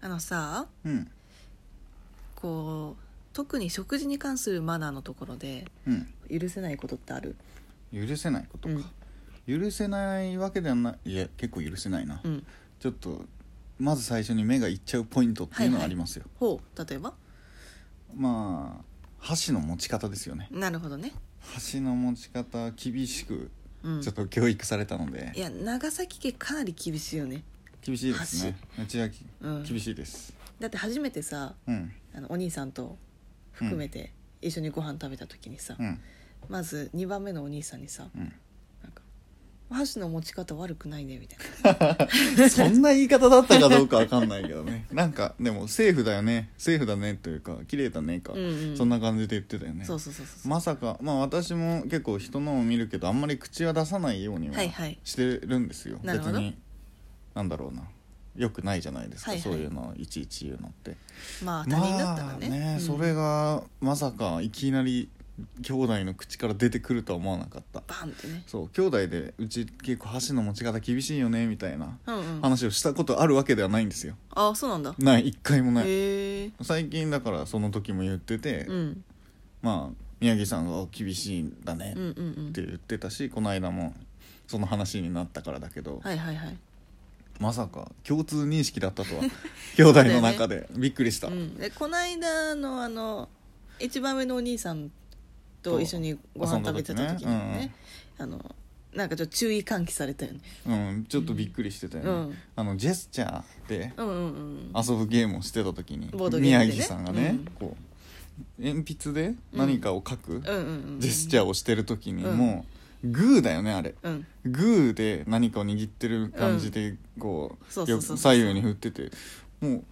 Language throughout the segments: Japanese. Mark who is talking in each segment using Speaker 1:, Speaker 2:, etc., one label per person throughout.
Speaker 1: あのさ
Speaker 2: うん
Speaker 1: こう特に食事に関するマナーのところで
Speaker 2: うん
Speaker 1: 許せないことってある
Speaker 2: 許せないことか、許せないわけではないいや結構許せないな、
Speaker 1: うん
Speaker 2: ちょっとまず最初に目がいっちゃうポイントっていうのはありますよ、
Speaker 1: ほう例えば
Speaker 2: まあ箸の持ち方ですよね
Speaker 1: なるほどね、
Speaker 2: 箸の持ち方厳しく
Speaker 1: うん、
Speaker 2: ちょっと教育されたの
Speaker 1: い
Speaker 2: で、
Speaker 1: や長崎家かなり厳しいよね、
Speaker 2: 厳しいですねうちはき、
Speaker 1: うん、
Speaker 2: 厳しいです
Speaker 1: だって初めてさ
Speaker 2: うん
Speaker 1: あのお兄さんと含めて一緒にご飯食べた時にさ、
Speaker 2: うん
Speaker 1: まず2番目のお兄さんにさ
Speaker 2: う、
Speaker 1: なんかお箸の持ち方悪くないねみたいなん
Speaker 2: そんな言い方だったかどうかわかんないけどねなんかでもセーフだよねセーフだねというか綺麗だねか、
Speaker 1: うんうん
Speaker 2: そんな感じで言ってたよね
Speaker 1: そうそうそうそう
Speaker 2: まさかまあ私も結構人のを見るけどあんまり口は出さないようには
Speaker 1: はいはい
Speaker 2: してるんですよ、
Speaker 1: なるほど
Speaker 2: 別になんだろうなよくないじゃないですか、
Speaker 1: はいはい
Speaker 2: そういうのいちいち言うのって
Speaker 1: まあ他人だったらね,、
Speaker 2: まあね
Speaker 1: うん
Speaker 2: それがまさかいきなり兄弟の口から出てくるとは思わなかった
Speaker 1: バンってね
Speaker 2: そう兄弟でうち結構箸の持ち方厳しいよねみたいな
Speaker 1: うんうん
Speaker 2: 話をしたことあるわけではないんですよ
Speaker 1: あそうなんだ
Speaker 2: ない一回もない
Speaker 1: へえ
Speaker 2: 最近だからその時も言ってて、
Speaker 1: うん
Speaker 2: まあ宮城さんがあ厳しいんだね
Speaker 1: うんうんうん
Speaker 2: って言ってたしこの間もその話になったからだけど、
Speaker 1: はいはいはい、
Speaker 2: まさか共通認識だったとは 兄弟の中で、びっくりした、
Speaker 1: うん、でこの間のあの一番上のお兄さんと一緒にご飯食べてた時にもねあのなんかちょっと注意喚起されたよね
Speaker 2: うん、ちょっとびっくりしてたよね、
Speaker 1: うん
Speaker 2: あのジェスチャーで
Speaker 1: うんうんうん
Speaker 2: 遊ぶゲームをしてた時に、
Speaker 1: ボードゲームで
Speaker 2: 宮
Speaker 1: ね
Speaker 2: 城さんがね、
Speaker 1: うん
Speaker 2: こう鉛筆で何かを書く
Speaker 1: うんうんうん
Speaker 2: ジェスチャーをしてる時にもう、グーだよねあれ
Speaker 1: うん
Speaker 2: グーで何かを握ってる感じでこ
Speaker 1: そう
Speaker 2: う
Speaker 1: そうそう
Speaker 2: よ
Speaker 1: そう
Speaker 2: く左右に振っててもう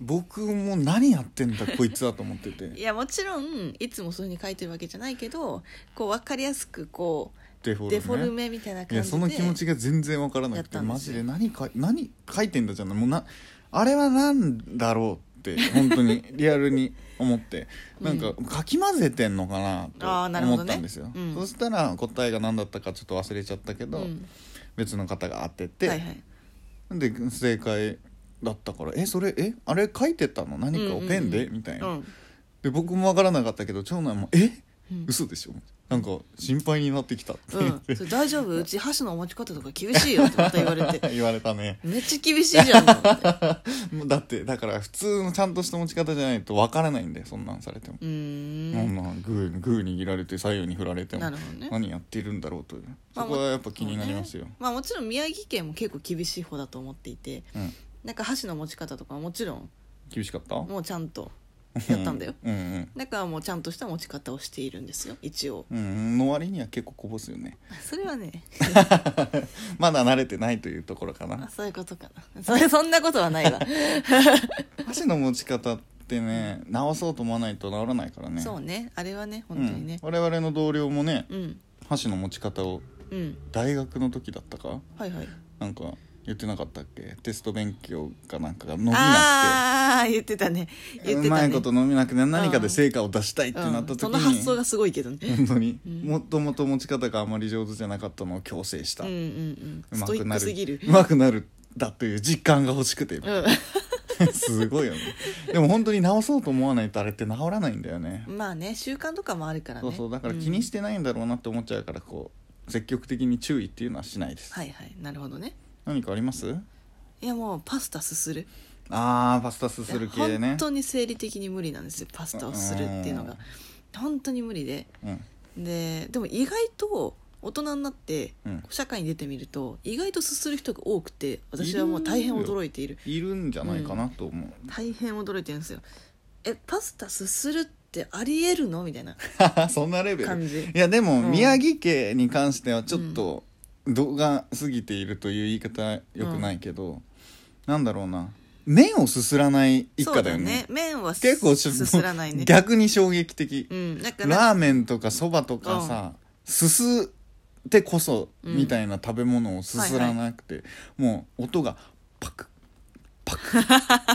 Speaker 2: 僕も何やってんだこいつだと思っ て
Speaker 1: い
Speaker 2: て
Speaker 1: やもちろんいつもそういうふうに書いてるわけじゃないけどこう分かりやすくこ
Speaker 2: デフ
Speaker 1: う
Speaker 2: ォルメ
Speaker 1: デフォルメみたいない感
Speaker 2: や
Speaker 1: じで
Speaker 2: その気持ちが全然わからな
Speaker 1: やっ
Speaker 2: くて
Speaker 1: たんですよ
Speaker 2: マジで何か何書いてんだじゃないもうなあれは何だろう って本当にリアルに思ってなんかかき混ぜてんのか
Speaker 1: あーな
Speaker 2: な
Speaker 1: る
Speaker 2: と
Speaker 1: ほ
Speaker 2: 思
Speaker 1: ど
Speaker 2: っ
Speaker 1: ね
Speaker 2: たんですよ、
Speaker 1: うん
Speaker 2: そしたら答えが何だったかちょっと忘れちゃったけ
Speaker 1: う
Speaker 2: ど、
Speaker 1: ん
Speaker 2: 別の方が当てて、
Speaker 1: はいはい
Speaker 2: で正解だったから「えそれえあれ書いてたの何かをペンで?みたいな、
Speaker 1: うん
Speaker 2: で僕もわからなかったけど長男も「え
Speaker 1: うん
Speaker 2: 嘘でしょ?」なんか心配になってきたって
Speaker 1: う
Speaker 2: 言っ
Speaker 1: ん
Speaker 2: て、
Speaker 1: それ大丈夫うち箸の持ち方とか厳しいよってまた言われて
Speaker 2: 言われたね
Speaker 1: めっちゃ厳しいじゃんと思っ て
Speaker 2: もうだってだから普通のちゃんとした持ち方じゃないとわからないんでそんなんされても
Speaker 1: う、ー
Speaker 2: もうんまあグーグー握られて左右に振られても
Speaker 1: なるほどね
Speaker 2: 何やってるんだろうという
Speaker 1: まあ
Speaker 2: そこはやっぱ気になりますよ、
Speaker 1: そうねまあ、もちろん宮城県も結構厳しい方だと思っていて
Speaker 2: うん、
Speaker 1: なんか箸の持ち方とかもちろん
Speaker 2: 厳しかった
Speaker 1: もうちゃん とやったんだよ
Speaker 2: うんうん
Speaker 1: だからもうちゃんとした持ち方をしているんですよ一応
Speaker 2: うんうんの割には結構こぼすよね
Speaker 1: それはね
Speaker 2: まだ慣れてないというところかな
Speaker 1: あそういうことかなそれそんなことは ないわ、
Speaker 2: 箸の持ち方ってね直そうと思わないと直らないからね
Speaker 1: そうねあれはね本当にね
Speaker 2: うん、我々の同僚もね
Speaker 1: うん
Speaker 2: 箸の持ち方を
Speaker 1: うん、
Speaker 2: 大学の時だったか
Speaker 1: はいはい
Speaker 2: なんか言ってなかったっけテスト勉強かなんかが伸びな
Speaker 1: ああー言ってたね
Speaker 2: くて
Speaker 1: 言っ
Speaker 2: う
Speaker 1: てた
Speaker 2: ま
Speaker 1: ね
Speaker 2: いこと伸びなくて何かで成果を出したいってなった
Speaker 1: うん
Speaker 2: 時
Speaker 1: そ
Speaker 2: に、
Speaker 1: の発想がすごいけどね
Speaker 2: 本当に、
Speaker 1: うん
Speaker 2: もともと持ち方があまり上手じゃなかったのを強制した、
Speaker 1: うんう
Speaker 2: うん
Speaker 1: うんス
Speaker 2: ま
Speaker 1: トイ
Speaker 2: く
Speaker 1: ッ
Speaker 2: な
Speaker 1: ク
Speaker 2: る
Speaker 1: すぎる
Speaker 2: うまくなるだという実感が欲しくて
Speaker 1: うん
Speaker 2: すごいよねでも本当に直そうと思わないとあれって治らないんだよね
Speaker 1: まあね習慣とかもあるからね、
Speaker 2: そうそうだから気にしててないんだろうなって思っちゃうからこう積極的に注意っていうのはしないです、
Speaker 1: はいはいなるほどね
Speaker 2: 何かあります
Speaker 1: いやもうパスタすする
Speaker 2: あーパスタすする系
Speaker 1: 本
Speaker 2: ね
Speaker 1: 当に生理的に無理なんですよパスタをするっていうの
Speaker 2: う
Speaker 1: が
Speaker 2: ん
Speaker 1: 本当に無理で
Speaker 2: うん
Speaker 1: ででも意外と大人になって
Speaker 2: うん
Speaker 1: 社会に出てみると意外とすする人が多くて私はもう大変驚いている
Speaker 2: いるんじゃないかなと思う、
Speaker 1: 大変驚いてるんですよえパスタすするってありえるのみたいな
Speaker 2: そんなレベル
Speaker 1: 感じ
Speaker 2: いやでも
Speaker 1: うん
Speaker 2: 宮城家に関してはちょっと度が過ぎているという言い方は良くないけど、なんだろうな麺をすすらない一
Speaker 1: そう
Speaker 2: 家だよね
Speaker 1: 麺はす
Speaker 2: 結構ちょっ
Speaker 1: す
Speaker 2: と
Speaker 1: すらないね
Speaker 2: 逆に衝撃的
Speaker 1: う、んだから
Speaker 2: ラーメンとかそばとかさ、すすってこそ
Speaker 1: うん
Speaker 2: みたいな食べ物をすすらなくて、もう音がパクパク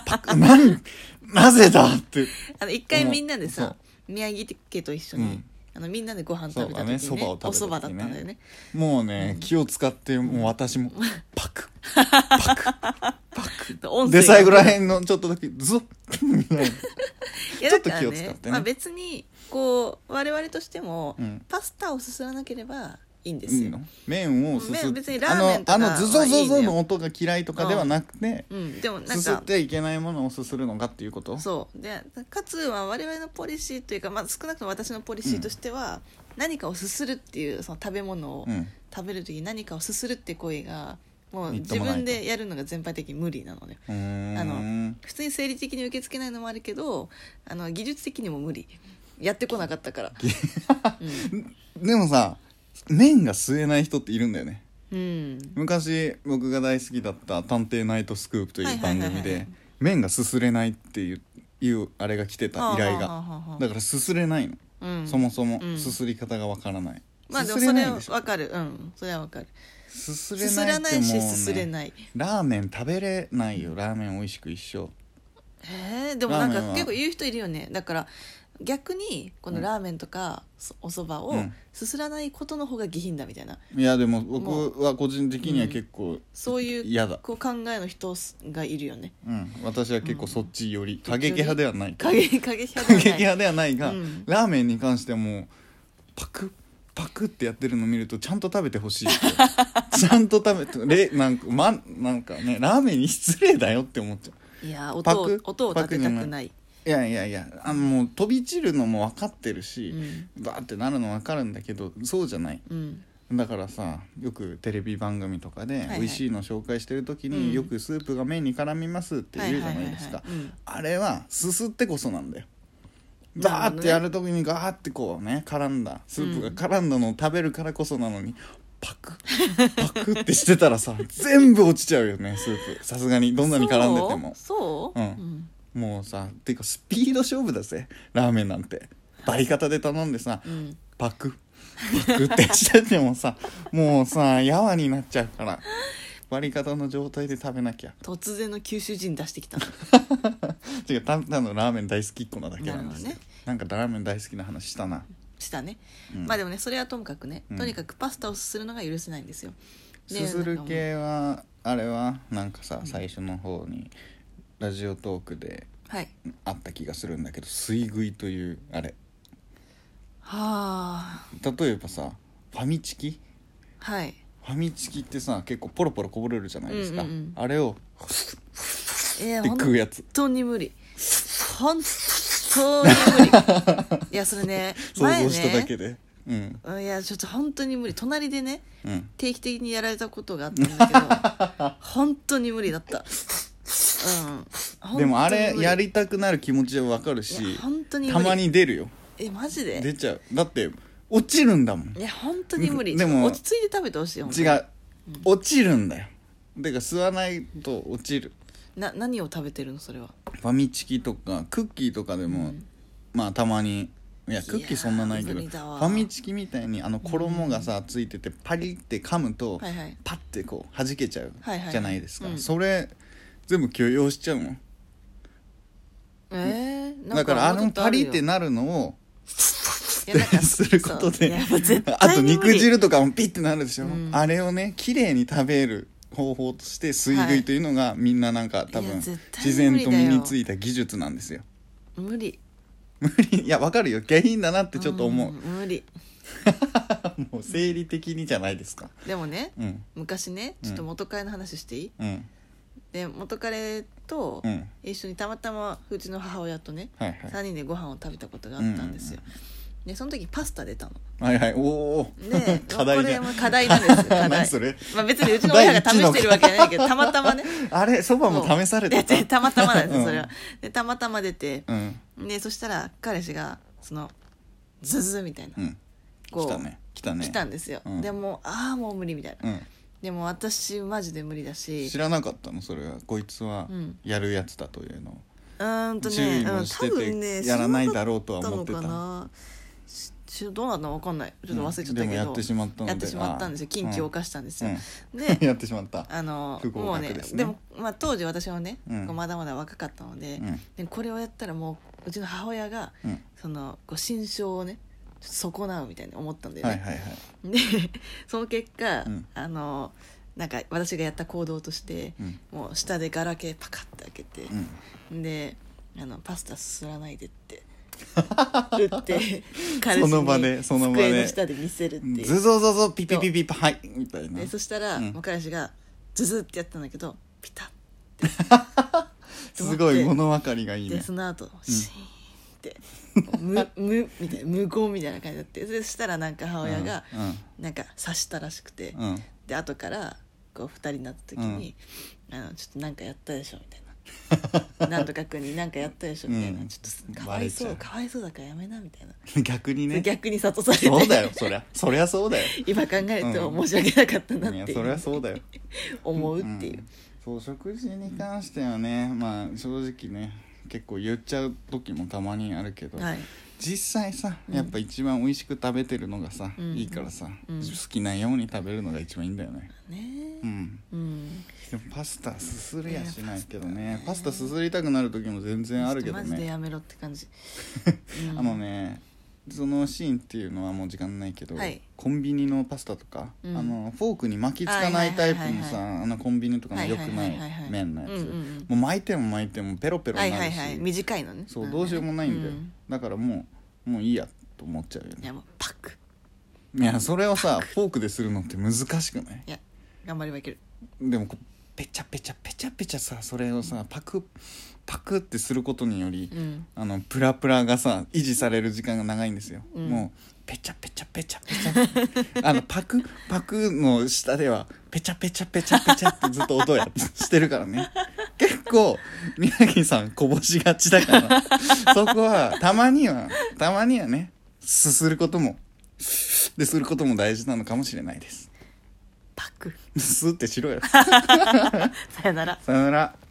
Speaker 2: パクなん なぜだって
Speaker 1: あの一回みんなでさ
Speaker 2: そ
Speaker 1: 宮城家と一緒に、
Speaker 2: うん
Speaker 1: あのみんなでご飯食べた時に、ね
Speaker 2: そうだね蕎麦を食
Speaker 1: おそ
Speaker 2: べた時ね
Speaker 1: ばだったんだよね
Speaker 2: もうね、気を使ってもう私もパクパクバ
Speaker 1: 音
Speaker 2: ッ
Speaker 1: 声
Speaker 2: クで最後らへんのちょっとだけゾッみたいな
Speaker 1: いや
Speaker 2: ちょっと
Speaker 1: だから
Speaker 2: 気を使ってね
Speaker 1: まあ、別にこう我々としても、
Speaker 2: うん
Speaker 1: パスタをすすらなければいいんです
Speaker 2: いい
Speaker 1: よ、
Speaker 2: の麺をすす
Speaker 1: 麺
Speaker 2: っ
Speaker 1: 別に
Speaker 2: て
Speaker 1: ラ
Speaker 2: あ
Speaker 1: ーメン
Speaker 2: の
Speaker 1: とか
Speaker 2: あのズゾズ
Speaker 1: はい
Speaker 2: ゾ
Speaker 1: いのよ
Speaker 2: の音が嫌いとかではなくて
Speaker 1: うんでもなん
Speaker 2: すすっ
Speaker 1: か
Speaker 2: てはいけないものをすするのがっていうこと
Speaker 1: そうでかつは我々のポリシーというか、まあ、少なくとも私のポリシーとしては、何かをすするっていうその食べ物を
Speaker 2: うん
Speaker 1: 食べる時に何かをすするって行為がもう
Speaker 2: みっと
Speaker 1: 自
Speaker 2: もないと
Speaker 1: 分でやるのが全般的に無理なので
Speaker 2: うーん
Speaker 1: あの普通に生理的に受け付けないのもあるけどあの技術的にも無理やってこなかったから、
Speaker 2: でもさ麺が吸えない人っているんだよね
Speaker 1: うん、
Speaker 2: 昔僕が大好きだった「探偵ナイトスクープ」という番
Speaker 1: はいはいは
Speaker 2: 組
Speaker 1: いは
Speaker 2: で
Speaker 1: い
Speaker 2: 麺がすすれないっていういうあれが来てた依頼
Speaker 1: はあはあ
Speaker 2: が
Speaker 1: はあはあ
Speaker 2: だからすすれないの、
Speaker 1: うん
Speaker 2: そもそも
Speaker 1: うん
Speaker 2: すすり方がわからない、
Speaker 1: まあですも
Speaker 2: すれ
Speaker 1: それ
Speaker 2: ない
Speaker 1: は
Speaker 2: でしょ
Speaker 1: わかるうんそれはわかる
Speaker 2: すす
Speaker 1: す
Speaker 2: れ
Speaker 1: す
Speaker 2: ない
Speaker 1: ら
Speaker 2: っ
Speaker 1: な
Speaker 2: て
Speaker 1: い
Speaker 2: もう、
Speaker 1: し
Speaker 2: ね、
Speaker 1: すすれない
Speaker 2: ラーメン食べれないよラーメン美味しく一緒
Speaker 1: えーでもなん
Speaker 2: ラーメン
Speaker 1: か
Speaker 2: は
Speaker 1: 結構言う人いるよねだから逆にこのラーメンとかそおそばを
Speaker 2: うん
Speaker 1: すすらないことの方が下品だみたいない
Speaker 2: やでも
Speaker 1: も
Speaker 2: 僕は個人的には結構
Speaker 1: そういう
Speaker 2: 嫌だ、
Speaker 1: こう考えの人がいるよね
Speaker 2: うん、私は結構そっちより過激派ではない
Speaker 1: 過激過激
Speaker 2: 過
Speaker 1: 派
Speaker 2: 激
Speaker 1: じゃない
Speaker 2: 派ではないが、
Speaker 1: うん
Speaker 2: ラーメンに関してはもうパクッパクってやってるの見るとちゃんと食べてほしいってちゃんと食べて れなんか,、ま、なんかねラーメンに失礼だよって思っちゃ
Speaker 1: いや
Speaker 2: パ
Speaker 1: 音を
Speaker 2: ク
Speaker 1: 音を立てたくない、
Speaker 2: ういやいやいやあのもう飛び散るのも分かってる
Speaker 1: う
Speaker 2: し、
Speaker 1: ん
Speaker 2: バーってなるの分かるんだけどそうじゃない
Speaker 1: うん、
Speaker 2: だからさよくテレビ番組とかで
Speaker 1: はい
Speaker 2: 美味しいの紹介してる時に、
Speaker 1: うん
Speaker 2: よくスープが麺に絡みますって言うじゃないですか
Speaker 1: はいはいはいはいうん
Speaker 2: あれはすすってこそなんだよ
Speaker 1: なる
Speaker 2: バ
Speaker 1: ほどね
Speaker 2: ーってやる時にガーってこうね絡んだスープが絡んだのを食べるからこそなのに、パクパクってしてたらさ全部落ちちゃうよねスープさすがにどんなに絡んでても
Speaker 1: そうそう、
Speaker 2: うんもうさていうかスピード勝負だぜラーメンなんてバリ方で頼んでさ、
Speaker 1: うん
Speaker 2: パクパクってしててもさもうさやわになっちゃうから割り方の状態で食べなきゃ
Speaker 1: 突然の九州人出してきたの
Speaker 2: 違うたただのラーメン大好きっ子なだけなんです
Speaker 1: な
Speaker 2: よ
Speaker 1: るほどね
Speaker 2: なんかラーメン大好きな話したな
Speaker 1: したね、
Speaker 2: うん
Speaker 1: まあでもねそれはともかくね、
Speaker 2: うん
Speaker 1: とにかくパスタをすするのが許せないんですよ
Speaker 2: すする系はあれはなんかさ最初の方にラジオトークで
Speaker 1: はい
Speaker 2: あった気がするんだけど吸い食いというあれ
Speaker 1: はあ
Speaker 2: 例えばさファミチキ
Speaker 1: はい
Speaker 2: ファミチキってさ結構ポロポロこぼれるじゃないですか、
Speaker 1: うんうんうん
Speaker 2: あれを
Speaker 1: え
Speaker 2: っ
Speaker 1: ー、
Speaker 2: て
Speaker 1: 本
Speaker 2: 食うやつ
Speaker 1: 当に無理本当に無理 いやそれね
Speaker 2: 想像しただけで、
Speaker 1: 前ねいやちょっと本当に無理隣でね
Speaker 2: うんうん
Speaker 1: 定期的にやられたことがあったんだけど 本当に無理だったうん
Speaker 2: でもあれや
Speaker 1: り
Speaker 2: りたくなる気持ちはわかる
Speaker 1: い
Speaker 2: し
Speaker 1: や本当に無
Speaker 2: た
Speaker 1: 理
Speaker 2: まに出るよ
Speaker 1: えマジで
Speaker 2: 出ちゃうだって落ちるんだもん
Speaker 1: いや本当に無理
Speaker 2: でも
Speaker 1: 落ち着いて食べてほしいよ
Speaker 2: 違う落ちるんだよてか吸わないと落ちる
Speaker 1: な何を食べてるのそれは
Speaker 2: ファミチキとかクッキーとかでも、まあたまにいやクッキーそんなないけど
Speaker 1: 無理
Speaker 2: フ
Speaker 1: だわ
Speaker 2: ァミチキみたいにあの衣がさ、ついててパリって噛むと、
Speaker 1: はいはい
Speaker 2: パッてこう弾けちゃう
Speaker 1: はいはい
Speaker 2: じゃないですか、
Speaker 1: うん
Speaker 2: それ全部許容しちゃうの
Speaker 1: えー、
Speaker 2: だからあ
Speaker 1: もうちょ
Speaker 2: の
Speaker 1: と
Speaker 2: パ
Speaker 1: る
Speaker 2: リ
Speaker 1: よ
Speaker 2: ってなるのを
Speaker 1: いやなんか
Speaker 2: するこ
Speaker 1: そ
Speaker 2: と
Speaker 1: うい
Speaker 2: で
Speaker 1: やもう絶対
Speaker 2: あと
Speaker 1: に無
Speaker 2: 肉
Speaker 1: 理
Speaker 2: 汁とかもピッてなるでしょ、
Speaker 1: うん
Speaker 2: あれをね綺麗に食べる方法として水食いというのが、みんななんか多
Speaker 1: いや
Speaker 2: 分
Speaker 1: 絶対
Speaker 2: 自然と身についた技術なんですよ
Speaker 1: 無理
Speaker 2: 無理いやわかるよ下品だなってちょっと思
Speaker 1: ん
Speaker 2: う、
Speaker 1: 無理
Speaker 2: もう生理的にじゃないですか
Speaker 1: でもね
Speaker 2: うん
Speaker 1: 昔ねちょっと元彼の話していい、
Speaker 2: うん
Speaker 1: で元彼と
Speaker 2: うん
Speaker 1: 一緒にたまたまうちの母親とね、
Speaker 2: はいはい
Speaker 1: 3人でご飯を食べたことがあったんですよ、でその時パスタ出たの
Speaker 2: はいはいおお
Speaker 1: で
Speaker 2: 課題ね
Speaker 1: これも課題なんですよ課題
Speaker 2: 何それ
Speaker 1: まあ、別にうちの親が試してるわけじゃないけどたまたまね
Speaker 2: あれそばも
Speaker 1: そう
Speaker 2: 試されて
Speaker 1: いや
Speaker 2: た
Speaker 1: たまたまなんです
Speaker 2: うん
Speaker 1: よそれは、でたまたま出て
Speaker 2: うん
Speaker 1: でそしたら彼氏がそのズズみたいな、
Speaker 2: うん
Speaker 1: こう
Speaker 2: 来たね来たね
Speaker 1: 来たんですよ、
Speaker 2: うん
Speaker 1: でもああもう無理みたいな、
Speaker 2: うん
Speaker 1: でも私マジで無理だし
Speaker 2: 知らなかったのそれはこいつは
Speaker 1: うん
Speaker 2: やるやつだというのを
Speaker 1: うーんと
Speaker 2: 注
Speaker 1: ね
Speaker 2: 意もして
Speaker 1: う
Speaker 2: て
Speaker 1: ん多分ね
Speaker 2: やらないだろうとは思ってた
Speaker 1: 知らなかったのかなしどうなったのか分かんないちょっと忘れちゃったけど、
Speaker 2: うんでもやってしまったので
Speaker 1: やってしまったんですよ
Speaker 2: あ
Speaker 1: 禁忌を犯したんですよ、
Speaker 2: や
Speaker 1: で
Speaker 2: ってしまった
Speaker 1: あの
Speaker 2: 不合
Speaker 1: もう
Speaker 2: 格
Speaker 1: ね
Speaker 2: ですね
Speaker 1: でも、まあ、当時私はね、
Speaker 2: うん
Speaker 1: こうまだまだ若かったので,、
Speaker 2: うん
Speaker 1: でこれをやったらもううちの母親が、
Speaker 2: うん
Speaker 1: そのこう心象をね損なうみたいに思ったんだよ
Speaker 2: はい
Speaker 1: ね、
Speaker 2: はいはい
Speaker 1: でその結果、
Speaker 2: うん
Speaker 1: あのなんか私がやった行動として、
Speaker 2: うん
Speaker 1: もう下でガラケーパカッて開けて、
Speaker 2: うん
Speaker 1: であのパスタすすらないでって 言って彼氏
Speaker 2: そ
Speaker 1: に
Speaker 2: の場でその場で
Speaker 1: 机の下で見せるっていう
Speaker 2: ズゾゾゾピピピピパはいみたいな
Speaker 1: でそしたら、
Speaker 2: うん
Speaker 1: もう彼氏がズズってやったんだけどピタッて
Speaker 2: すごい物分かりがいい
Speaker 1: で
Speaker 2: ね
Speaker 1: その後シーンって、 むむみたいな無言みたいな感じになってでそしたらなんか母親が、なんか刺したらしくて、
Speaker 2: うんうん
Speaker 1: で後からこう二人になった時に、あのちょっとなんかやったでしょみたいな。 なんとか君になんかやったでしょみたいな、
Speaker 2: うん
Speaker 1: ちょっとかわいそ
Speaker 2: バ
Speaker 1: う
Speaker 2: レちゃう
Speaker 1: かわいそうだからやめなみたいな、
Speaker 2: うん 逆にね
Speaker 1: 逆に諭されて
Speaker 2: そうだよそりゃそりゃそうだよ
Speaker 1: 今考えると申し訳なかったなっ
Speaker 2: いや
Speaker 1: てい
Speaker 2: そりゃ
Speaker 1: う
Speaker 2: そうだよ
Speaker 1: 思うっていう、
Speaker 2: んそう食事に関してはねまあ正直ね結構言っちゃう時もたまにあるけど、
Speaker 1: はい
Speaker 2: 実際さ
Speaker 1: うん
Speaker 2: やっぱ一番美味しく食べてるのがさ、
Speaker 1: うん
Speaker 2: いいからさ、
Speaker 1: うん
Speaker 2: 好きなように食べるのが一番いいんだよね
Speaker 1: ね
Speaker 2: うん
Speaker 1: うん
Speaker 2: でもパスタすすりやしないけど
Speaker 1: いや
Speaker 2: ねパ
Speaker 1: パ
Speaker 2: ス
Speaker 1: ス
Speaker 2: タ
Speaker 1: タ
Speaker 2: すすりたくなる時も全然あるけど
Speaker 1: マジで
Speaker 2: ね
Speaker 1: やめろって感じ、うん
Speaker 2: あのねそのシーンっていうのはもう時間ないけど、
Speaker 1: はい
Speaker 2: コンビニのパスタとか、
Speaker 1: うん
Speaker 2: あのフォークに巻きつかないタイプの
Speaker 1: はいはい
Speaker 2: さ
Speaker 1: は
Speaker 2: あのコンビニとかの良くな
Speaker 1: はいはいはいはいはいい
Speaker 2: 麺のやつ、
Speaker 1: うんうん
Speaker 2: もう巻いても巻いてもペロペロ
Speaker 1: は
Speaker 2: に
Speaker 1: い
Speaker 2: な
Speaker 1: はい
Speaker 2: るし、
Speaker 1: はい短いのね
Speaker 2: そう
Speaker 1: なんか
Speaker 2: ど
Speaker 1: ね
Speaker 2: うしようもないんだよ、
Speaker 1: うん
Speaker 2: だからもうもういいやと思っちゃうよ
Speaker 1: い
Speaker 2: ね
Speaker 1: やもうパック
Speaker 2: いやそれをさフォークでするのって難しくない
Speaker 1: いや頑張ればいける
Speaker 2: でもこうペチャペチャペチャペチャさそれをさパクパクってすることにより、
Speaker 1: うん
Speaker 2: あのプラプラがさ維持される時間が長いんですよ、
Speaker 1: うん
Speaker 2: もうペチャペチャペチャペチャ あのパクパクの下ではペチャペチャペチャペチャってずっと音や してるからね結構宮城さんこぼしがちだからそこはたまにはたまにはねすすることもですることも大事なのかもしれないです
Speaker 1: パック
Speaker 2: すってしろよ
Speaker 1: さよなら
Speaker 2: さよなら